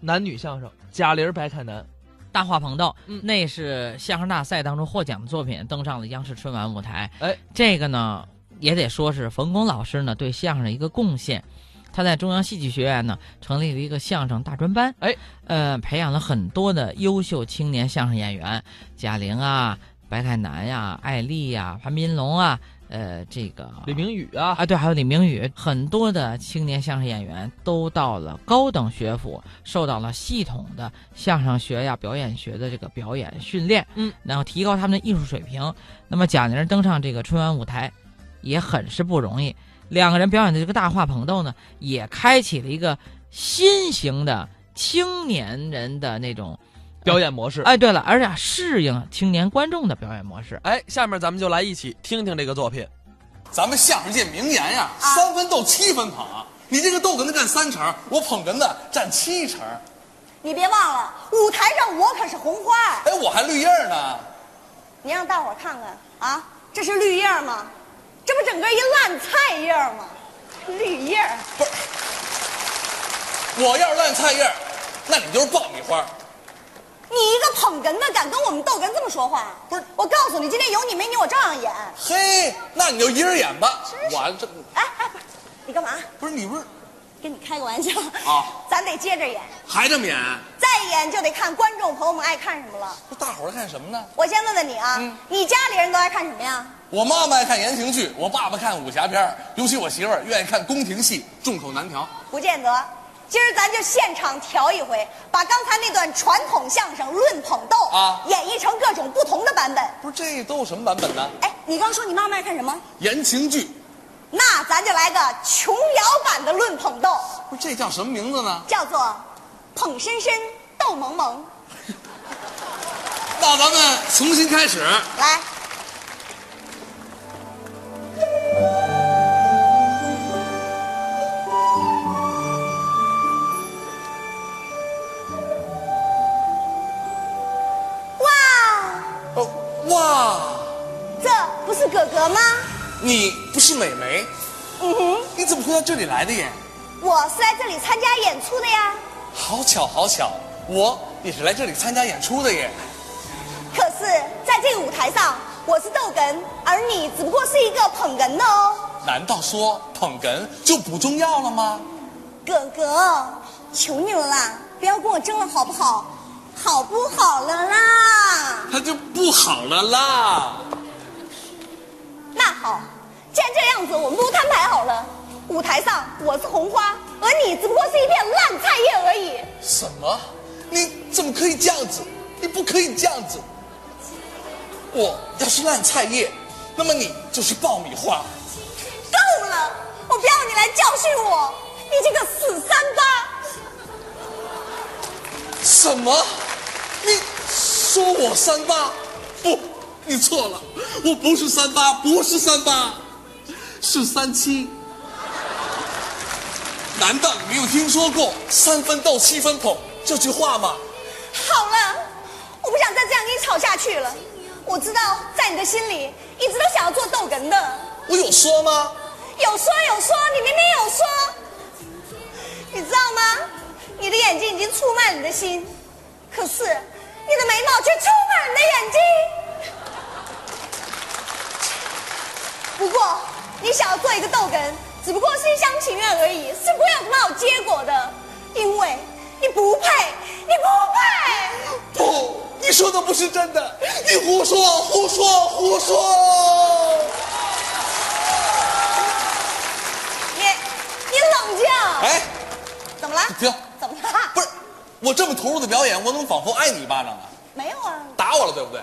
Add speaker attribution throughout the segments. Speaker 1: 男女相声，贾玲、白凯南，
Speaker 2: 大话棚斗，
Speaker 1: 嗯
Speaker 2: 那是相声大赛当中获奖的作品，登上了央视春晚舞台。
Speaker 1: 哎，
Speaker 2: 这个呢，也得说是冯巩老师呢对相声的一个贡献。他在中央戏剧学院呢成立了一个相声大专班，
Speaker 1: 哎，
Speaker 2: 呃，培养了很多的优秀青年相声演员，贾玲啊、白凯南呀、艾丽呀、潘斌龙啊，呃，这个
Speaker 1: 李明宇啊，
Speaker 2: 啊，对，还有李明宇，很多的青年相声演员都到了高等学府，受到了系统的相声学呀、表演学的这个表演训练，
Speaker 1: 嗯，
Speaker 2: 然后提高他们的艺术水平。那么贾玲登上这个春晚舞台，也很是不容易。两个人表演的这个大话捧逗呢，也开启了一个新型的青年人的那种
Speaker 1: 表演模式。
Speaker 2: 哎，对了，而且适应青年观众的表演模式。
Speaker 1: 哎，下面咱们就来一起听听这个作品。
Speaker 3: 咱们相声界名言呀、
Speaker 4: 啊
Speaker 3: 三分逗，七分捧。啊你这个逗哏的占三成，我捧哏的占七成。
Speaker 4: 你别忘了，舞台上我可是红花儿。
Speaker 3: 哎，我还绿叶呢。
Speaker 4: 你让大伙儿看看啊，这是绿叶吗？这不整个一烂菜叶吗？绿叶儿，
Speaker 3: 我要是烂菜叶，那你就是爆米花。
Speaker 4: 你一个捧哏的敢跟我们逗哏这么说话？
Speaker 3: 不是
Speaker 4: 我告诉你，今天有你没你我照样演。
Speaker 3: 嘿，那你就一人演吧
Speaker 4: 真。是
Speaker 3: 我这
Speaker 4: 哎哎，不是，你干嘛？
Speaker 3: 不是你不是
Speaker 4: 跟你开个玩笑
Speaker 3: 啊
Speaker 4: 咱得接着演，
Speaker 3: 还这么演？
Speaker 4: 再演就得看观众朋友们爱看什么了。
Speaker 3: 不是大伙儿看什么呢？
Speaker 4: 我先问问你啊，
Speaker 3: 嗯
Speaker 4: 你家里人都爱看什么呀？
Speaker 3: 我妈妈爱看言情剧，我爸爸看武侠片儿，尤其我媳妇儿愿意看宫廷戏，众口难调。
Speaker 4: 不见得。今儿咱就现场调一回，把刚才那段传统相声论捧逗
Speaker 3: 啊
Speaker 4: 演绎成各种不同的版本。
Speaker 3: 不是这都有什么版本呢？
Speaker 4: 哎，你刚说你妈妈爱看什么？
Speaker 3: 言情剧，
Speaker 4: 那咱就来个琼瑶版的论捧逗，
Speaker 3: 不是这叫什么名字呢？
Speaker 4: 叫做捧深深逗萌萌。
Speaker 3: 那咱们重新开始。
Speaker 4: 来，哇，
Speaker 3: 哦，哇。
Speaker 4: 这不是哥哥吗？
Speaker 3: 你不是美眉，
Speaker 4: 嗯哼，
Speaker 3: 你怎么会到这里来的呀？
Speaker 4: 我是来这里参加演出的呀。
Speaker 3: 好巧，好巧，我也是来这里参加演出的耶。
Speaker 4: 可是，在这个舞台上，我是逗哏，而你只不过是一个捧哏的哦。
Speaker 3: 难道说捧哏就不重要了吗？
Speaker 4: 哥哥，求你了啦，不要跟我争了好不好？好不好了啦？
Speaker 3: 他就不好了啦。
Speaker 4: 那好，既然这样子，我们不摊牌好了。舞台上我是红花，而你只不过是一片烂菜叶而已。
Speaker 3: 什么？你怎么可以这样子？你不可以这样子。我要是烂菜叶，那么你就是爆米花。
Speaker 4: 够了，我不要你来教训我，你这个死三八！
Speaker 3: 什么？你说我三八？不，你错了，我不是三八，不是三八，是三七。难道你没有听说过“三分逗，七分捧”这句话吗？
Speaker 4: 好了，我不想再这样跟你吵下去了。我知道，在你的心里一直都想要做逗哏的，
Speaker 3: 我有说吗？
Speaker 4: 有说有说，你明明有说，你知道吗？你的眼睛已经出卖了你的心，可是你的眉毛却出卖了你的眼睛。不过，你想要做一个逗哏，只不过是一厢情愿而已，是不会有什么好结果的，因为你不配，你不配。
Speaker 3: 不，你说的不是真的，你胡说，胡说，胡说！
Speaker 4: 你，你冷静。
Speaker 3: 哎，
Speaker 4: 怎么了？
Speaker 3: 停
Speaker 4: 怎么了？
Speaker 3: 不是，我这么投入的表演，我怎么仿佛挨你一巴掌啊？
Speaker 4: 没有啊，
Speaker 3: 打我了，对不对？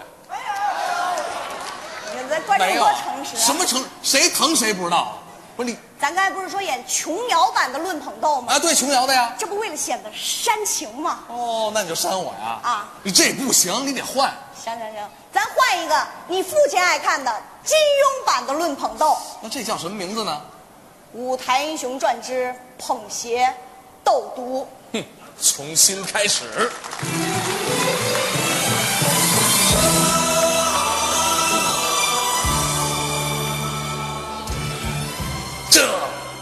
Speaker 4: 你这观众
Speaker 3: 没有
Speaker 4: 多
Speaker 3: 啊
Speaker 4: 诚实啊。
Speaker 3: 什么诚？谁疼谁不知道？啊不是你
Speaker 4: 咱刚才不是说演琼瑶版的《论捧逗》吗？
Speaker 3: 啊，对，琼瑶的呀。
Speaker 4: 这不为了显得煽情吗？
Speaker 3: 哦，那你就删我呀？
Speaker 4: 啊，
Speaker 3: 你这也不行，你得换。
Speaker 4: 行行行，咱换一个你父亲爱看的金庸版的《论捧逗》，《
Speaker 3: 那这叫什么名字呢？
Speaker 4: 舞台英雄传之捧邪斗毒》。
Speaker 3: 哼，重新开始。这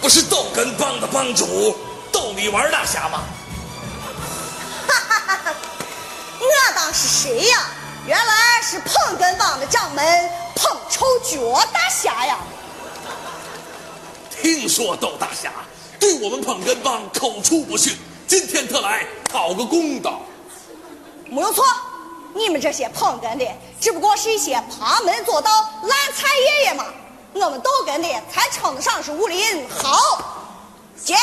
Speaker 3: 不是逗哏帮的帮主逗你玩大侠吗？
Speaker 4: 搭档是谁呀？原来是碰跟棒的掌门碰臭脚大侠呀！
Speaker 3: 听说窦大侠对我们捧哏帮口出不逊，今天特来讨个公道。
Speaker 4: 没有错，你们这些捧哏的只不过是一些旁门左道、烂菜爷爷嘛。我们逗哏的才称得上是武林好。姐，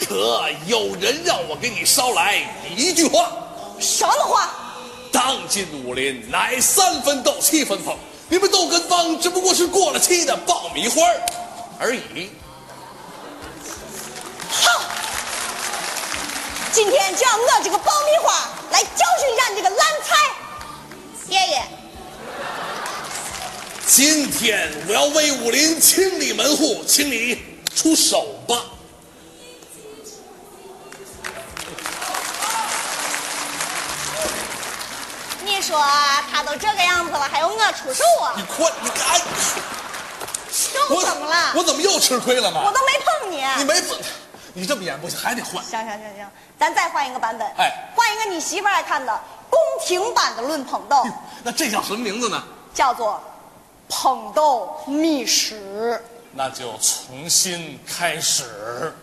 Speaker 3: 可有人让我给你捎来一句话：
Speaker 4: 什么话？
Speaker 3: 当今武林乃三分斗，七分捧，你们斗跟帮只不过是过了期的爆米花儿而已。
Speaker 4: 好，今天就让我这个爆米花来教训一下你这个烂菜爷爷。
Speaker 3: 今天我要为武林清理门户，请你出手吧。
Speaker 4: 你说他都这个样子了，还要我出手啊
Speaker 3: 你？快，你哎，
Speaker 4: 又怎么了？
Speaker 3: 我怎么又吃亏了
Speaker 4: 我
Speaker 3: 嘛？
Speaker 4: 都没碰你。
Speaker 3: 你没不，你这么演不行，还得换。
Speaker 4: 行行行行，咱再换一个版本。
Speaker 3: 哎
Speaker 4: 换一个你媳妇儿爱看的宫廷版的《论捧逗》，
Speaker 3: 那这叫什么名字呢？
Speaker 4: 叫做《捧逗秘史
Speaker 3: 那就重新开始。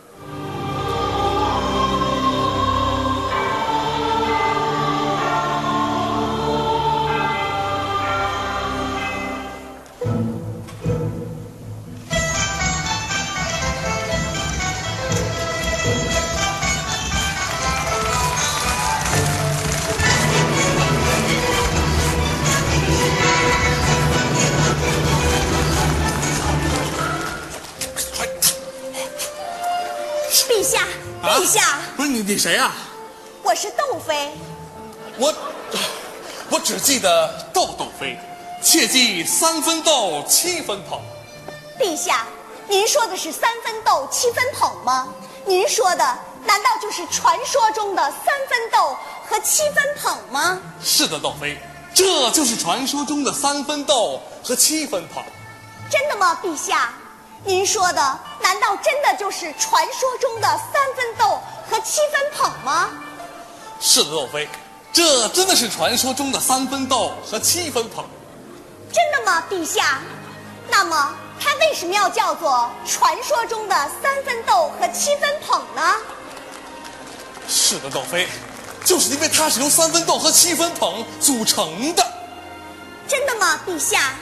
Speaker 3: 快，》。
Speaker 4: 陛下，
Speaker 3: 啊
Speaker 4: 陛下，
Speaker 3: 不是你，你谁呀、啊
Speaker 4: 我是窦妃。
Speaker 3: 我，我只记得豆豆飞，切记三分豆，七分捧。
Speaker 4: 陛下，您说的是三分斗七分捧吗？您说的难道就是传说中的三分斗和七分捧吗？
Speaker 3: 是的，豆飞，这就是传说中的三分豆和七分捧。
Speaker 4: 真的吗，陛下？您说的难道真的就是传说中的三分斗和七分捧吗？
Speaker 3: 是的，豆飞，这真的是传说中的三分豆和七分捧。
Speaker 4: 真的吗，陛下？那么它为什么要叫做传说中的三分斗和七分捧呢？
Speaker 3: 是的，豆飞，就是因为它是由三分豆和七分捧组成的。
Speaker 4: 真的吗，陛下？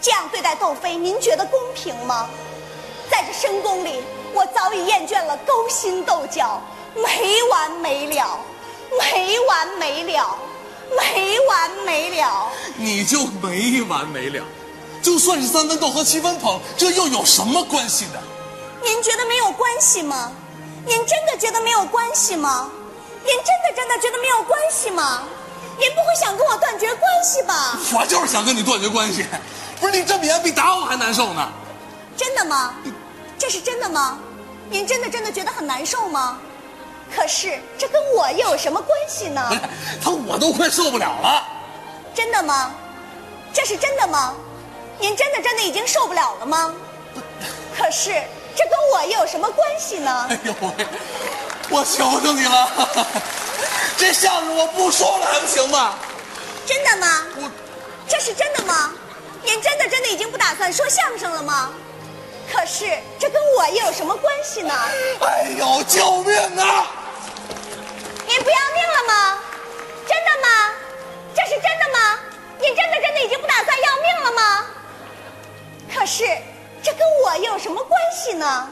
Speaker 4: 这样对待窦妃，您觉得公平吗？在这深宫里，我早已厌倦了勾心斗角，没完没了，没完没了，没完没了。
Speaker 3: 你就没完没了。就算是三分豆和七分捧，这又有什么关系呢？
Speaker 4: 您觉得没有关系吗？您真的觉得没有关系吗？您真的真的觉得没有关系吗？您不会想跟我断绝关系吧？
Speaker 3: 我就是想跟你断绝关系，不是你这么演比打我还难受呢。
Speaker 4: 真的吗？这是真的吗？您真的真的觉得很难受吗？可是这跟我又有什么关系呢
Speaker 3: 不？是，他我都快受不了了。
Speaker 4: 真的吗？这是真的吗？您真的真的已经受不了了吗？可是这跟我又有什么关系呢？
Speaker 3: 哎呦喂，我求求你了，这相声我不说了还不行吗？
Speaker 4: 真的吗？
Speaker 3: 我
Speaker 4: 这是真的吗？您真的真的已经不打算说相声了吗？可是这跟我又有什么关系呢？
Speaker 3: 哎呦，救命啊！
Speaker 4: 您不要命了吗？真的吗？这是真的吗？您真的真的已经不打算要命了吗？可是，这跟我又有什么关系呢？